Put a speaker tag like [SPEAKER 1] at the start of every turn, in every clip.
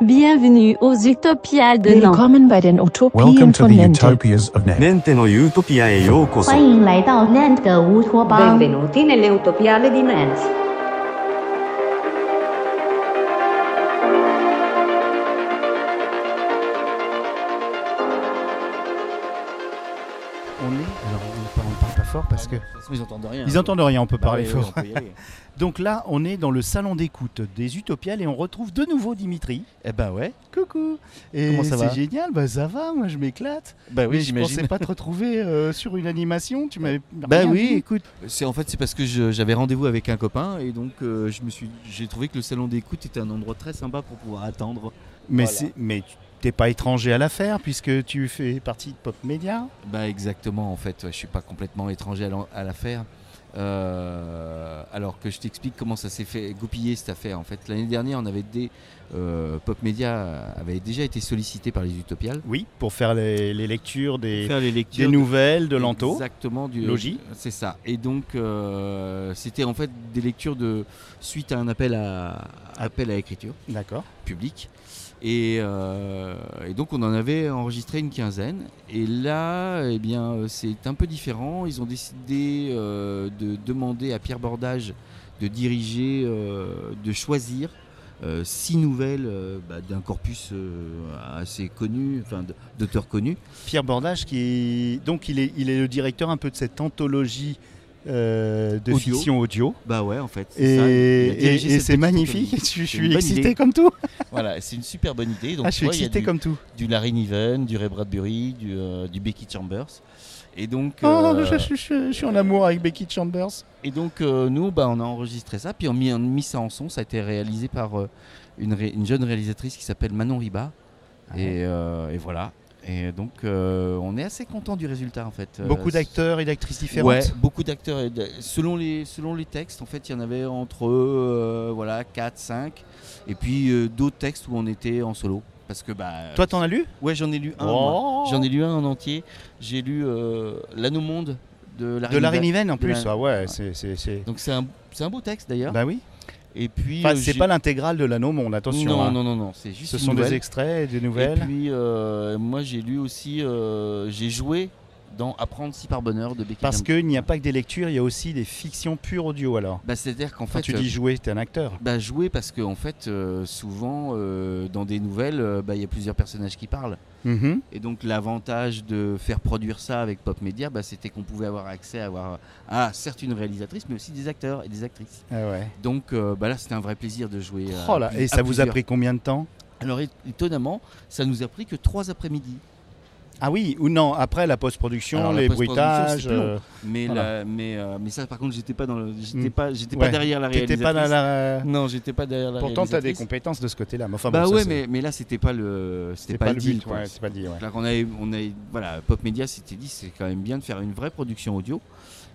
[SPEAKER 1] Bienvenue aux Utopiales de Nantes.
[SPEAKER 2] Willkommen bei den Utopien
[SPEAKER 3] Welcome to
[SPEAKER 2] von
[SPEAKER 3] the
[SPEAKER 2] Nente.
[SPEAKER 3] utopias of net.
[SPEAKER 4] ネンテのユートピアへようこそ
[SPEAKER 5] 欢迎来到 NAND 的乌托邦。
[SPEAKER 6] Benvenuti nelle Utopiale di Nance.
[SPEAKER 7] On est. Alors, on parle, on parle pas fort parce que.
[SPEAKER 8] Ah, De toute façon, ils entendent rien.
[SPEAKER 7] Ils entendent rien, on peut
[SPEAKER 8] Bah
[SPEAKER 7] parler
[SPEAKER 8] oui, oui,
[SPEAKER 7] fort.
[SPEAKER 8] on peut y aller.
[SPEAKER 7] Donc là, on est dans le salon d'écoute des Utopiales et on retrouve de nouveau Dimitri.
[SPEAKER 8] eh ben ouais.
[SPEAKER 7] Coucou et
[SPEAKER 8] Comment ça va
[SPEAKER 7] C'est génial, bah ça va, moi je m'éclate.
[SPEAKER 8] Bah
[SPEAKER 7] Mais
[SPEAKER 8] oui,
[SPEAKER 7] je pensais
[SPEAKER 8] j'imagine.
[SPEAKER 7] pas te retrouver euh, sur une animation, tu m'avais
[SPEAKER 8] Bah
[SPEAKER 7] rien
[SPEAKER 8] oui,
[SPEAKER 7] dit.
[SPEAKER 8] écoute. C'est en fait c'est parce que je- j'avais rendez-vous avec un copain et donc euh, je me suis j'ai trouvé que le salon d'écoute était un endroit très sympa pour pouvoir attendre.
[SPEAKER 7] Mais
[SPEAKER 8] Voilà.
[SPEAKER 7] c'est mais tu- t'es pas étranger à l'affaire puisque tu fais partie de Pop Media.
[SPEAKER 8] Bah exactement en fait, ouais, je suis pas complètement étranger à l'en- à l'affaire. Euh, alors que je t'explique comment ça s'est fait goupiller cette affaire. En fait, l'année dernière, on avait des euh, Pop Media avait déjà été sollicité par les Utopiales
[SPEAKER 7] Oui, pour faire les, les lectures
[SPEAKER 8] pour
[SPEAKER 7] des,
[SPEAKER 8] faire les
[SPEAKER 7] des
[SPEAKER 8] lectures de-
[SPEAKER 7] nouvelles de Lanto.
[SPEAKER 8] Exactement, du
[SPEAKER 7] Logis.
[SPEAKER 8] C'est ça. Et donc, euh, c'était en fait des lectures de suite à un appel à, appel à écriture
[SPEAKER 7] D'accord.
[SPEAKER 8] publique. Et, euh, et donc, on en avait enregistré une quinzaine. Et là, eh bien, euh, c'est un peu différent. Ils ont décidé euh, de demander à Pierre Bordage de diriger, euh, de choisir. euh, six nouvelles euh, bah, d'un corpus euh, assez connu, enfin d- d'auteurs connus.
[SPEAKER 7] Pierre Bordage qui est, donc il est il est le directeur un peu de cette anthologie euh, de
[SPEAKER 8] Audio.
[SPEAKER 7] fiction audio.
[SPEAKER 8] Bah ouais, en fait. c'est
[SPEAKER 7] Et,
[SPEAKER 8] ça. Il a
[SPEAKER 7] et-
[SPEAKER 8] dirigé
[SPEAKER 7] et
[SPEAKER 8] cette
[SPEAKER 7] c'est
[SPEAKER 8] petite
[SPEAKER 7] magnifique,
[SPEAKER 8] comédie.
[SPEAKER 7] je,
[SPEAKER 8] C'est
[SPEAKER 7] je
[SPEAKER 8] une
[SPEAKER 7] suis
[SPEAKER 8] bonne
[SPEAKER 7] excité
[SPEAKER 8] idée.
[SPEAKER 7] comme tout.
[SPEAKER 9] Voilà, c'est une super bonne idée. Donc,
[SPEAKER 7] Ah, je suis
[SPEAKER 9] tu vois, il y a
[SPEAKER 7] excité
[SPEAKER 9] du,
[SPEAKER 7] comme tout.
[SPEAKER 9] du Larry Niven, du Ray Bradbury, du, euh, du Becky Chambers. Et donc,
[SPEAKER 7] Oh,
[SPEAKER 9] euh,
[SPEAKER 7] je, je- je- je suis en amour avec Becky Chambers.
[SPEAKER 9] et donc euh, nous, bah, on a enregistré ça, puis on a mis, on a mis ça en son. Ça a été réalisé par euh, une, ré- une jeune réalisatrice qui s'appelle Manon Riba.
[SPEAKER 7] Ah
[SPEAKER 9] Et, euh, et voilà. Et donc, euh, on est assez content du résultat en fait. Euh,
[SPEAKER 7] Beaucoup
[SPEAKER 9] c'est-
[SPEAKER 7] d'acteurs et d'actrices différentes.
[SPEAKER 9] Ouais, beaucoup d'acteurs. et d'a- Selon les, selon les textes, en fait, il y en avait entre euh, voilà, 4, 5. Et puis euh, d'autres textes où on était en solo. Parce que bah,
[SPEAKER 7] Toi, t'en as lu
[SPEAKER 9] Ouais, j'en ai lu
[SPEAKER 8] Ah,
[SPEAKER 9] un.
[SPEAKER 7] Oh.
[SPEAKER 9] moi. J'en ai lu un en entier. J'ai lu euh, L'Anneau Monde de Larry
[SPEAKER 7] De Larry
[SPEAKER 9] Niven.
[SPEAKER 7] Niven en
[SPEAKER 9] de
[SPEAKER 7] plus.
[SPEAKER 9] la-
[SPEAKER 7] Ah ouais, c'est. c'est- c'est-
[SPEAKER 9] Donc c'est un, c'est un beau texte
[SPEAKER 8] Ah.
[SPEAKER 9] d'ailleurs.
[SPEAKER 7] Bah oui.
[SPEAKER 9] Et puis.
[SPEAKER 7] Enfin,
[SPEAKER 9] euh,
[SPEAKER 7] c'est
[SPEAKER 9] j'ai-
[SPEAKER 7] pas l'intégrale de l'anneau monde, attention.
[SPEAKER 9] Non,
[SPEAKER 7] hein.
[SPEAKER 9] non, non, non. C'est juste.
[SPEAKER 7] Ce
[SPEAKER 9] une
[SPEAKER 7] sont
[SPEAKER 9] nouvelle.
[SPEAKER 7] des extraits, des
[SPEAKER 9] Et
[SPEAKER 7] nouvelles.
[SPEAKER 9] puis euh, moi j'ai lu aussi. euh, j'ai joué dans Apprendre si par bonheur de Becky.
[SPEAKER 7] Parce
[SPEAKER 9] Jam-
[SPEAKER 7] qu'il n'y a pas que des lectures, il y a aussi des fictions pures audio alors.
[SPEAKER 9] Bah, c'est-à-dire qu'en
[SPEAKER 7] Quand
[SPEAKER 9] fait.
[SPEAKER 7] tu
[SPEAKER 9] euh,
[SPEAKER 7] dis jouer, t'es un acteur.
[SPEAKER 9] bah, jouer parce que en fait euh, souvent euh, dans des nouvelles euh, bah, il y a plusieurs personnages qui parlent
[SPEAKER 7] Mhm.
[SPEAKER 9] Et donc l'avantage de faire produire ça avec Pop Media, bah, c'était qu'on pouvait avoir accès à avoir à certes une réalisatrice, mais aussi des acteurs et des actrices.
[SPEAKER 7] Ah ouais.
[SPEAKER 9] Donc euh, bah, là, c'était un vrai plaisir de jouer. à
[SPEAKER 7] Oh là,
[SPEAKER 9] plus-
[SPEAKER 7] et ça
[SPEAKER 9] euh, à
[SPEAKER 7] vous a
[SPEAKER 9] plusieurs.
[SPEAKER 7] pris combien de temps
[SPEAKER 9] Alors é- étonnamment, ça nous a pris que trois après-midi.
[SPEAKER 7] Ah oui, ou non, après la post-production,
[SPEAKER 9] Alors, la
[SPEAKER 7] les
[SPEAKER 9] post-production,
[SPEAKER 7] bruitages.
[SPEAKER 9] c'est plus long.
[SPEAKER 7] euh,
[SPEAKER 9] Mais
[SPEAKER 7] Voilà.
[SPEAKER 9] la- mais euh, mais ça, par contre, j'étais pas dans le- j'étais
[SPEAKER 7] Mm.
[SPEAKER 9] pas j'étais
[SPEAKER 7] Ouais.
[SPEAKER 9] pas derrière la
[SPEAKER 7] t'étais pas
[SPEAKER 9] réalisatrice.
[SPEAKER 7] dans la.
[SPEAKER 9] Non, j'étais pas derrière la
[SPEAKER 7] Pourtant, t'as des
[SPEAKER 9] réalisatrice.
[SPEAKER 7] compétences de ce côté-là. mais enfin,
[SPEAKER 9] bah
[SPEAKER 7] bon, ça,
[SPEAKER 9] ouais,
[SPEAKER 7] c'est-
[SPEAKER 9] mais, mais là, c'était pas le
[SPEAKER 7] c'est
[SPEAKER 9] c'était pas, le deal.
[SPEAKER 7] but,
[SPEAKER 9] quoi.
[SPEAKER 7] ouais, c'est pas le deal, ouais.
[SPEAKER 9] Là, on avait- on avait- voilà, Pop Media s'était dit c'est quand même bien de faire une vraie production audio.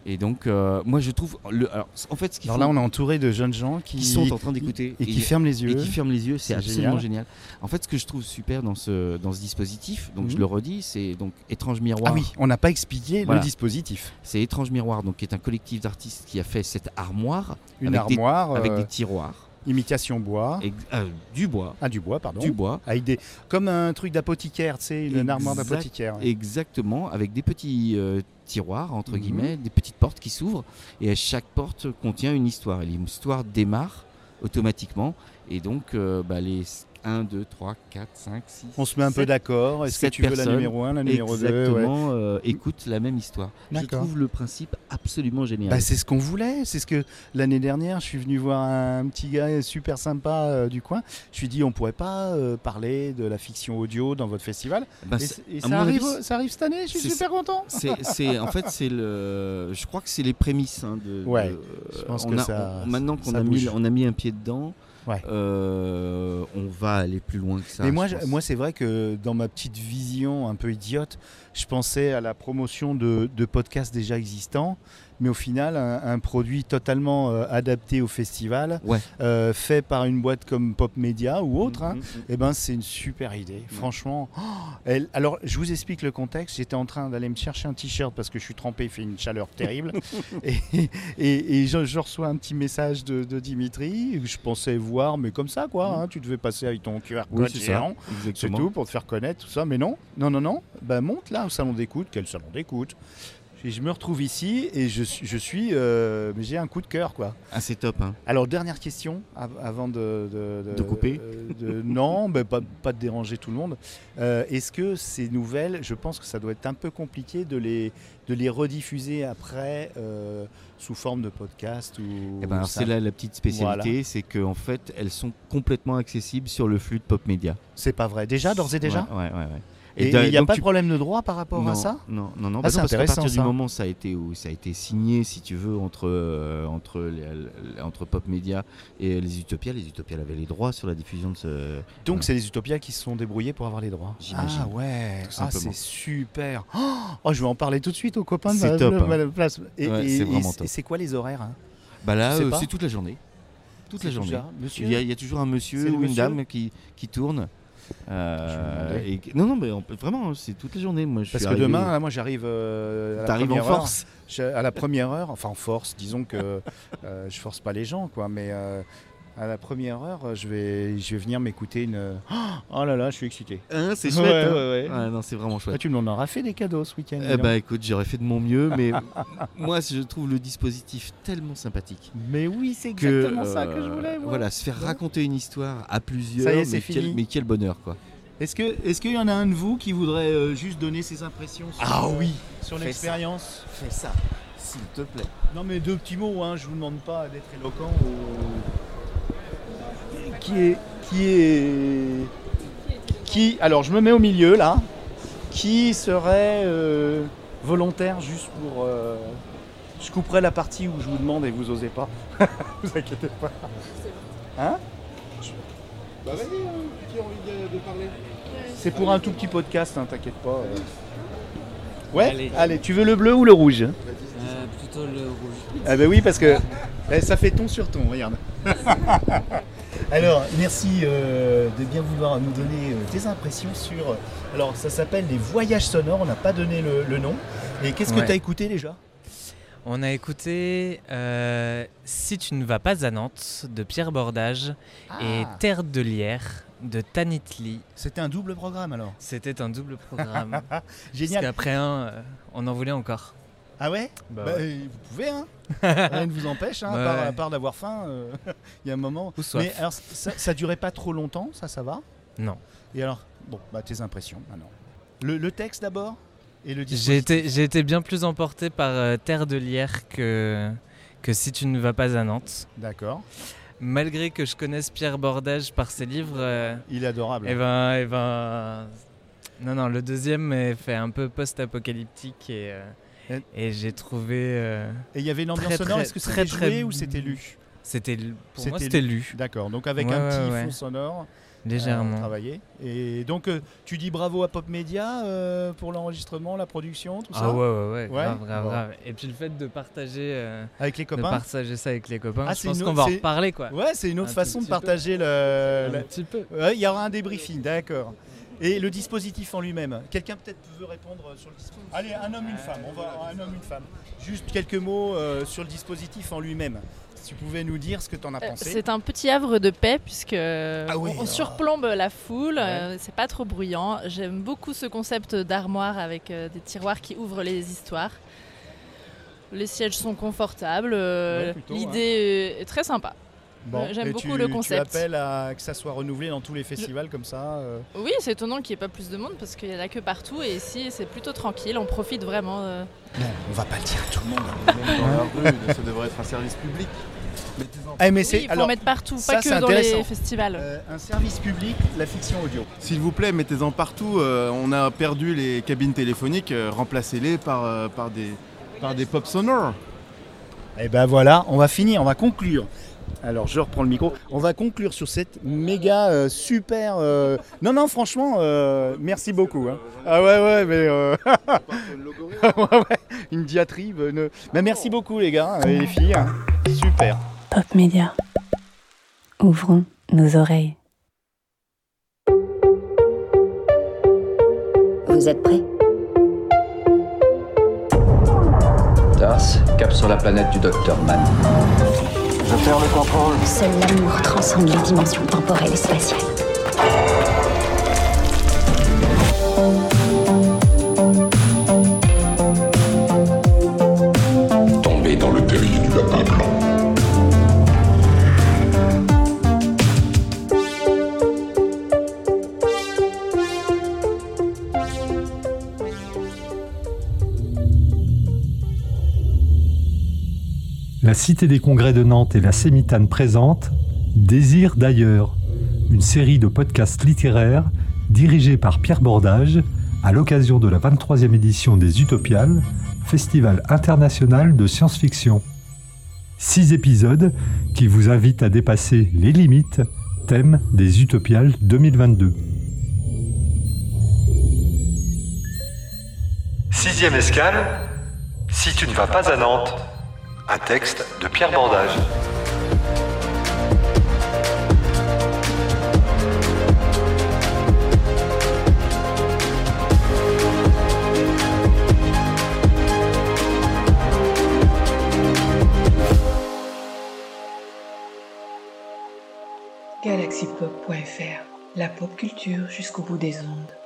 [SPEAKER 9] Et donc, euh, moi je trouve. Le, alors, c- en fait, ce qu'ils
[SPEAKER 7] Alors
[SPEAKER 9] font,
[SPEAKER 7] là, on est entouré de jeunes gens qui,
[SPEAKER 9] ils sont en train d'écouter
[SPEAKER 7] et qui ferment les
[SPEAKER 9] et
[SPEAKER 7] yeux.
[SPEAKER 9] qui ferment les yeux, c'est
[SPEAKER 7] C'est
[SPEAKER 9] absolument génial. En fait, ce que je trouve super dans ce, dans ce dispositif, donc je
[SPEAKER 7] Mhm.
[SPEAKER 9] le redis, c'est donc Étrange
[SPEAKER 7] Ah
[SPEAKER 9] Miroir.
[SPEAKER 7] oui, on n'a pas expliqué
[SPEAKER 9] Voilà.
[SPEAKER 7] le dispositif.
[SPEAKER 9] C'est Étrange Miroir, donc, qui est un collectif d'artistes qui a fait cette armoire
[SPEAKER 7] Une
[SPEAKER 9] Avec des-
[SPEAKER 7] armoire,
[SPEAKER 9] avec
[SPEAKER 7] euh,
[SPEAKER 9] des tiroirs,
[SPEAKER 7] imitation bois,
[SPEAKER 9] ex- euh, du bois,
[SPEAKER 7] ah du bois Ah. pardon,
[SPEAKER 9] du bois,
[SPEAKER 7] Avec des- comme un truc d'apothicaire, tu sais, une
[SPEAKER 9] Exact.
[SPEAKER 7] armoire d'apothicaire. ouais.
[SPEAKER 9] Exactement, avec des petits euh, tiroirs, entre
[SPEAKER 7] Mhm.
[SPEAKER 9] guillemets, des petites portes qui s'ouvrent, et à chaque porte contient une histoire. Et l'histoire démarre automatiquement, et donc euh, bah, les 1, 2, 3, 4, 5, 6.
[SPEAKER 7] On se met un peu d'accord. Est-ce que
[SPEAKER 9] sept
[SPEAKER 7] tu veux la
[SPEAKER 9] personnes.
[SPEAKER 7] numéro 1, la numéro 2
[SPEAKER 9] Exactement, euh, écoute la même histoire. Je
[SPEAKER 7] D'accord.
[SPEAKER 9] trouve le principe absolument génial.
[SPEAKER 7] Bah, c'est ce qu'on voulait, c'est ce que l'année dernière, je suis venu voir un petit gars super sympa euh, du coin. Je lui dis, on pourrait pas euh, parler de la fiction audio dans votre festival.
[SPEAKER 9] Bah,
[SPEAKER 7] Et,
[SPEAKER 9] c'est-
[SPEAKER 7] et
[SPEAKER 9] à mon
[SPEAKER 7] ça, arrive,
[SPEAKER 9] avis, c'est-
[SPEAKER 7] ça arrive cette année, je suis
[SPEAKER 9] c'est-
[SPEAKER 7] super content.
[SPEAKER 9] c'est- c'est- en fait c'est le, je crois que c'est les prémices hein, de.
[SPEAKER 7] Ouais,
[SPEAKER 9] de-
[SPEAKER 7] je pense
[SPEAKER 9] on
[SPEAKER 7] que
[SPEAKER 9] a-
[SPEAKER 7] ça-
[SPEAKER 9] on- maintenant qu'on
[SPEAKER 7] ça
[SPEAKER 9] a mis,
[SPEAKER 7] bouge.
[SPEAKER 9] on a mis un pied dedans,
[SPEAKER 7] Ouais.
[SPEAKER 9] euh, on va aller plus loin que ça.
[SPEAKER 7] Mais moi,
[SPEAKER 9] je
[SPEAKER 7] je-
[SPEAKER 9] pense.
[SPEAKER 7] moi c'est vrai que dans ma petite vision un peu idiote, je pensais à la promotion de, de podcasts déjà existants, mais au final, un, un produit totalement euh, adapté au festival,
[SPEAKER 9] Ouais.
[SPEAKER 7] euh, fait par une boîte comme Pop Media ou autre, hein,
[SPEAKER 8] Mhm.
[SPEAKER 7] eh ben, c'est une super idée. Franchement, oh, elle- alors je vous explique le contexte. J'étais en train d'aller me chercher un t-shirt parce que je suis trempé, il fait une chaleur terrible. et et- et je, je reçois un petit message de, de Dimitri. Je pensais voir, mais comme ça, quoi. hein, tu devais passer avec ton QR
[SPEAKER 8] Mhm. Oui,
[SPEAKER 7] code
[SPEAKER 8] c'est ça.
[SPEAKER 7] géant. C'est
[SPEAKER 8] Exactement.
[SPEAKER 7] tout pour te faire connaître, tout ça. Mais non, non, non, non. Bah, monte là au salon d'écoute. Quel salon d'écoute Et Je me retrouve ici et je, suis- je suis. euh, mais J'ai un coup de cœur, quoi.
[SPEAKER 9] Ah, c'est top. Hein.
[SPEAKER 7] Alors, dernière question av- avant de. De,
[SPEAKER 9] De couper
[SPEAKER 7] euh, de- Non, bah, pas, pas de déranger tout le monde. Euh, Est-ce que ces nouvelles, je pense que ça doit être un peu compliqué de les, de les rediffuser après euh, sous forme de podcast ou.
[SPEAKER 9] Eh ben, alors,
[SPEAKER 7] ça
[SPEAKER 9] c'est là la petite spécialité, c'est qu'en fait, elles sont complètement accessibles sur le flux de Pop Media.
[SPEAKER 7] C'est pas vrai. Déjà, d'ores et déjà
[SPEAKER 9] Ouais, ouais, ouais, ouais.
[SPEAKER 7] Et
[SPEAKER 9] d'un-
[SPEAKER 7] il n'y a
[SPEAKER 9] donc
[SPEAKER 7] pas
[SPEAKER 9] tu-
[SPEAKER 7] de problème de droit par rapport
[SPEAKER 9] non,
[SPEAKER 7] à ça
[SPEAKER 9] Non, non, non.
[SPEAKER 7] Ah, c'est
[SPEAKER 9] bah non, parce qu'à
[SPEAKER 7] intéressant,
[SPEAKER 9] partir du
[SPEAKER 7] ça.
[SPEAKER 9] moment où ça a été où ça a été signé, si tu veux, entre euh, entre les- entre Pop Media et les Utopias, les Utopias avaient les droits sur la diffusion de ce.
[SPEAKER 7] Donc
[SPEAKER 9] Voilà.
[SPEAKER 7] c'est les Utopias qui se sont débrouillés pour avoir les droits.
[SPEAKER 9] J'imagine.
[SPEAKER 7] Mm. Ah ouais,
[SPEAKER 9] Tout
[SPEAKER 7] ah,
[SPEAKER 9] simplement.
[SPEAKER 7] c'est super. Oh, oh, je vais en parler tout de suite aux copains de
[SPEAKER 9] C'est
[SPEAKER 7] ma,
[SPEAKER 9] top,
[SPEAKER 7] de ma
[SPEAKER 9] hein.
[SPEAKER 7] place. Et,
[SPEAKER 9] Ouais,
[SPEAKER 7] et-
[SPEAKER 9] c'est
[SPEAKER 7] et
[SPEAKER 9] vraiment
[SPEAKER 7] c'est-
[SPEAKER 9] top.
[SPEAKER 7] c'est quoi les horaires hein
[SPEAKER 9] Bah là,
[SPEAKER 7] Je sais
[SPEAKER 9] euh,
[SPEAKER 7] pas.
[SPEAKER 9] c'est toute la journée, toute la
[SPEAKER 7] C'est
[SPEAKER 9] journée.
[SPEAKER 7] déjà, hein, monsieur
[SPEAKER 9] Il y, a, il y a toujours un
[SPEAKER 7] C'est
[SPEAKER 9] monsieur
[SPEAKER 7] le
[SPEAKER 9] ou une
[SPEAKER 7] monsieur
[SPEAKER 9] dame qui qui tourne. Euh,
[SPEAKER 7] Je vais demander.
[SPEAKER 9] et qui- non, non, mais on peut- vraiment, hein, c'est toute la journée. Moi, je
[SPEAKER 7] Parce
[SPEAKER 9] suis
[SPEAKER 7] que
[SPEAKER 9] arrivé-
[SPEAKER 7] demain, là, moi j'arrive euh, à la
[SPEAKER 9] t'arrives en
[SPEAKER 7] première heure.
[SPEAKER 9] force.
[SPEAKER 7] Je- à la première heure, enfin en force, disons que euh, je force pas les gens, quoi, mais euh, à la première heure, euh, je vais, je vais venir m'écouter une. Oh là là, je suis excité.
[SPEAKER 9] Hein, c'est
[SPEAKER 7] Ouais,
[SPEAKER 9] chouette. hein.
[SPEAKER 7] ouais, ouais.
[SPEAKER 9] Ouais, non, c'est vraiment chouette.
[SPEAKER 7] Toi, tu m'en auras fait des cadeaux ce week-end.
[SPEAKER 9] Eh
[SPEAKER 7] dis donc.
[SPEAKER 9] bah écoute, j'aurais fait de mon mieux, mais moi je trouve le dispositif tellement sympathique.
[SPEAKER 7] Mais oui, c'est
[SPEAKER 9] que,
[SPEAKER 7] exactement ça que je
[SPEAKER 9] euh,
[SPEAKER 7] voulais. moi.
[SPEAKER 9] Voilà, se faire raconter une histoire à plusieurs,
[SPEAKER 7] Ça y est, c'est
[SPEAKER 9] mais, quel,
[SPEAKER 7] fini.
[SPEAKER 9] mais quel bonheur quoi.
[SPEAKER 7] Est-ce que est-ce qu'il y en a un de vous qui voudrait euh, juste donner ses impressions sur,
[SPEAKER 9] Ah
[SPEAKER 7] euh, sur l'expérience
[SPEAKER 9] Fais ça, s'il te plaît.
[SPEAKER 7] Non mais deux petits mots, hein, je vous demande pas d'être éloquent ou qui est qui est qui alors je me mets au milieu là. Qui serait euh, volontaire juste pour euh, je couperai la partie où je vous demande et vous osez pas. vous inquiétez pas. Hein
[SPEAKER 2] Bah vas-y, hein, qui a envie de, de parler
[SPEAKER 7] C'est pour un tout petit podcast, hein, t'inquiète pas. euh. Ouais allez. tu veux le bleu ou le rouge
[SPEAKER 3] Euh, plutôt le rouge.
[SPEAKER 7] Ah ben oui, parce que eh, ça fait ton sur ton, regarde. alors, merci euh, de bien vouloir nous donner euh, tes impressions sur... Alors, ça s'appelle les voyages sonores, on n'a pas donné le, le nom. Et qu'est-ce que
[SPEAKER 3] Ouais.
[SPEAKER 7] tu as écouté déjà
[SPEAKER 3] On a écouté euh, Si tu ne vas pas à Nantes de Pierre Bordage et
[SPEAKER 7] Ah,
[SPEAKER 3] Terre de Lierre de Tanitli.
[SPEAKER 7] C'était un double programme alors.
[SPEAKER 3] C'était un double programme. parce
[SPEAKER 7] Génial.
[SPEAKER 3] qu'après un, euh, on en voulait encore.
[SPEAKER 7] Ah ouais
[SPEAKER 3] Bah
[SPEAKER 7] Bah,
[SPEAKER 3] ouais.
[SPEAKER 7] euh, Vous pouvez, hein Rien ne vous empêche, hein, à
[SPEAKER 3] Bah
[SPEAKER 7] part- à
[SPEAKER 3] ouais.
[SPEAKER 7] part d'avoir faim, euh, il y a un moment.
[SPEAKER 3] Ou soif.
[SPEAKER 7] Mais alors, ça, ça durait pas trop longtemps, ça, ça va
[SPEAKER 3] Non.
[SPEAKER 7] Et alors, bon, bah, tes impressions maintenant. Le, le texte d'abord et le
[SPEAKER 3] J'ai
[SPEAKER 7] dispositif.
[SPEAKER 3] été, j'ai été bien plus emporté par euh, Terre de Lierre que, que Si tu ne vas pas à Nantes.
[SPEAKER 7] D'accord.
[SPEAKER 3] Malgré que je connaisse Pierre Bordage par ses livres, euh,
[SPEAKER 7] Il est adorable.
[SPEAKER 3] Eh ben, eh ben. Non, non, le deuxième est fait un peu post-apocalyptique et, euh,
[SPEAKER 7] Euh.
[SPEAKER 3] et j'ai trouvé. euh,
[SPEAKER 7] Et il y avait une ambiance
[SPEAKER 3] Très,
[SPEAKER 7] sonore,
[SPEAKER 3] très,
[SPEAKER 7] est-ce que
[SPEAKER 3] très,
[SPEAKER 7] c'était
[SPEAKER 3] très
[SPEAKER 7] joué ou c'était lu
[SPEAKER 3] c'était l- Pour moi,
[SPEAKER 7] C'était
[SPEAKER 3] c'était lu,
[SPEAKER 7] D'accord, donc avec
[SPEAKER 3] Ouais,
[SPEAKER 7] un petit
[SPEAKER 3] ouais, ouais.
[SPEAKER 7] fond sonore euh,
[SPEAKER 3] légèrement.
[SPEAKER 7] travaillé. Et donc euh, tu dis bravo à Pop Media euh, pour l'enregistrement, la production, tout ça
[SPEAKER 3] ah ouais, ouais, ouais, grave,
[SPEAKER 7] Ouais.
[SPEAKER 3] grave,
[SPEAKER 7] Bon.
[SPEAKER 3] grave. Et puis le fait de partager, euh,
[SPEAKER 7] Avec les
[SPEAKER 3] de
[SPEAKER 7] copains
[SPEAKER 3] partager ça avec les copains,
[SPEAKER 7] Ah,
[SPEAKER 3] je
[SPEAKER 7] c'est une
[SPEAKER 3] pense
[SPEAKER 7] autre-
[SPEAKER 3] qu'on va en
[SPEAKER 7] c'est-
[SPEAKER 3] reparler, quoi.
[SPEAKER 7] Ouais, c'est une autre
[SPEAKER 3] Un tout
[SPEAKER 7] façon de
[SPEAKER 3] petit peu.
[SPEAKER 7] partager le.
[SPEAKER 3] Un
[SPEAKER 7] la-
[SPEAKER 3] petit peu.
[SPEAKER 7] Ouais, il y aura un débriefing, d'accord. Et le dispositif en lui-même. Quelqu'un peut-être veut répondre euh, sur le dispositif. Allez, un homme, une femme. On va un homme, une femme. Juste quelques mots euh, sur le dispositif en lui-même. Si tu pouvais nous dire ce que tu en as
[SPEAKER 10] Euh,
[SPEAKER 7] pensé.
[SPEAKER 10] C'est un petit havre de paix puisque euh,
[SPEAKER 7] Ah oui,
[SPEAKER 10] on- on,
[SPEAKER 7] alors.
[SPEAKER 10] surplombe la foule, euh, c'est pas trop bruyant. J'aime beaucoup ce concept d'armoire avec euh, des tiroirs qui ouvrent les histoires. Les sièges sont confortables, euh,
[SPEAKER 7] Ouais, plutôt,
[SPEAKER 10] l'idée est très sympa. Euh, j'aime
[SPEAKER 7] et
[SPEAKER 10] beaucoup
[SPEAKER 7] tu-
[SPEAKER 10] le concept.
[SPEAKER 7] Tu appelles à que ça soit renouvelé dans tous les festivals comme ça. euh.
[SPEAKER 10] Oui, c'est étonnant qu'il n'y ait pas plus de monde parce qu'il y en a que partout et ici c'est plutôt tranquille, on profite vraiment. euh.
[SPEAKER 7] On va pas le dire à tout le monde.
[SPEAKER 2] Même dans la rue, ça devrait être un service public. Mais tes enfants-
[SPEAKER 7] Eh, mais
[SPEAKER 10] Oui, il
[SPEAKER 7] c'est
[SPEAKER 10] faut en
[SPEAKER 7] alors
[SPEAKER 10] mettre partout,
[SPEAKER 7] ça,
[SPEAKER 10] pas
[SPEAKER 7] c'est
[SPEAKER 10] que dans
[SPEAKER 7] intéressant.
[SPEAKER 10] les festivals.
[SPEAKER 7] euh, un service public, la fiction audio.
[SPEAKER 2] S'il vous plaît, mettez-en partout. euh, on a perdu les cabines téléphoniques, euh, remplacez-les par, euh, par, des, par des pop sonores.
[SPEAKER 7] Eh Et ben voilà, on va finir, on va conclure. Alors je reprends le micro. On va conclure sur cette méga euh, super. euh, Non non franchement, euh, merci beaucoup. hein. Ah ouais ouais mais euh, ouais, ouais, une diatribe. euh, ne- Mais merci beaucoup les gars hein, et les filles. Super.
[SPEAKER 11] Pop Media. Ouvrons nos oreilles.
[SPEAKER 12] Vous êtes prêts
[SPEAKER 13] TARS, cap sur la planète du Docteur Man. Je perds le contrôle.
[SPEAKER 12] Seul l'amour transcende les dimensions temporelles et spatiales.
[SPEAKER 14] Tombé dans le terrier du lapin blanc.
[SPEAKER 15] La Cité des Congrès de Nantes et la Sémitane présentent Désir d'ailleurs, une série de podcasts littéraires dirigée par Pierre Bordage à l'occasion de la 23e édition des Utopiales, Festival international de science-fiction. Six épisodes qui vous invitent à dépasser les limites, thème des Utopiales 2022.
[SPEAKER 16] Sixième escale, si tu ne vas pas à Nantes, un texte de Pierre Bordage.
[SPEAKER 17] Galaxypop.fr, la pop culture jusqu'au bout des ondes.